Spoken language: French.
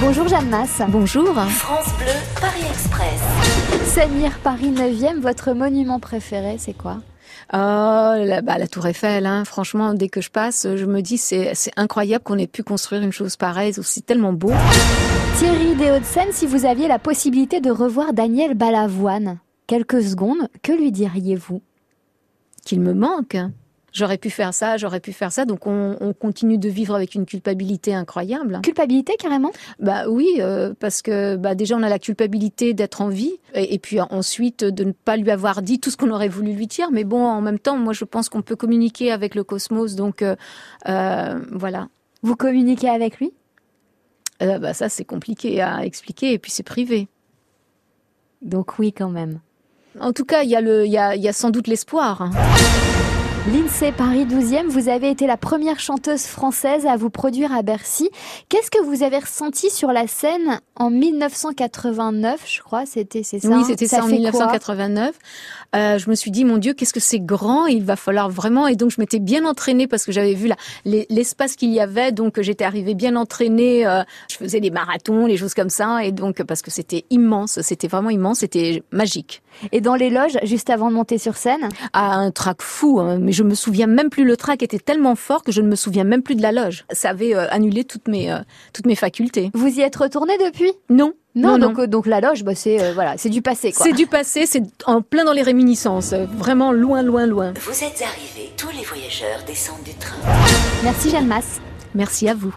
Bonjour Jeanne Masse. Bonjour. France Bleu, Paris Express. Samir, Paris 9e, votre monument préféré, c'est quoi Oh, la, bah, la Tour Eiffel, hein. franchement, dès que je passe, je me dis c'est c'est incroyable qu'on ait pu construire une chose pareille, c'est aussi tellement beau. Thierry des Hauts-de-Seine, si vous aviez la possibilité de revoir Daniel Balavoine quelques secondes, que lui diriez-vous Qu'il me manque. J'aurais pu faire ça, j'aurais pu faire ça, donc on, on continue de vivre avec une culpabilité incroyable. Culpabilité carrément Bah oui, euh, parce que bah déjà on a la culpabilité d'être en vie, et, et puis euh, ensuite de ne pas lui avoir dit tout ce qu'on aurait voulu lui dire. Mais bon, en même temps, moi je pense qu'on peut communiquer avec le cosmos, donc euh, euh, voilà. Vous communiquez avec lui Euh, bah ça c'est compliqué à expliquer, et puis c'est privé. Donc oui quand même. En tout cas, il y a le, il y a, il y a sans doute l'espoir. hein. L'INSEE Paris 12e, vous avez été la première chanteuse française à vous produire à Bercy. Qu'est-ce que vous avez ressenti sur la scène en 1989, je crois, c'était c'est ça Oui, hein c'était ça, en fait quoi 1989. Euh, je me suis dit, mon Dieu, qu'est-ce que c'est grand, il va falloir vraiment. Et donc, je m'étais bien entraînée parce que j'avais vu la- les- l'espace qu'il y avait. Donc, euh, j'étais arrivée bien entraînée. euh, je faisais des marathons, les choses comme ça. Et donc, euh, parce que c'était immense, c'était vraiment immense, c'était magique. Et dans les loges, juste avant de monter sur scène, Ah, un trac fou, hein, mais je me souviens même plus. Le trac était tellement fort que je ne me souviens même plus de la loge. Ça avait euh, annulé toutes mes, euh, toutes mes facultés. vous y êtes retournée depuis Non. non, Non, donc, euh, donc la loge, bah, c'est euh, voilà, c'est du passé quoi. C'est du passé, c'est en plein dans les réminiscences, euh, vraiment loin, loin, loin. Vous êtes arrivés, tous les voyageurs descendent du train. Merci Jeanne Masse. Merci à vous.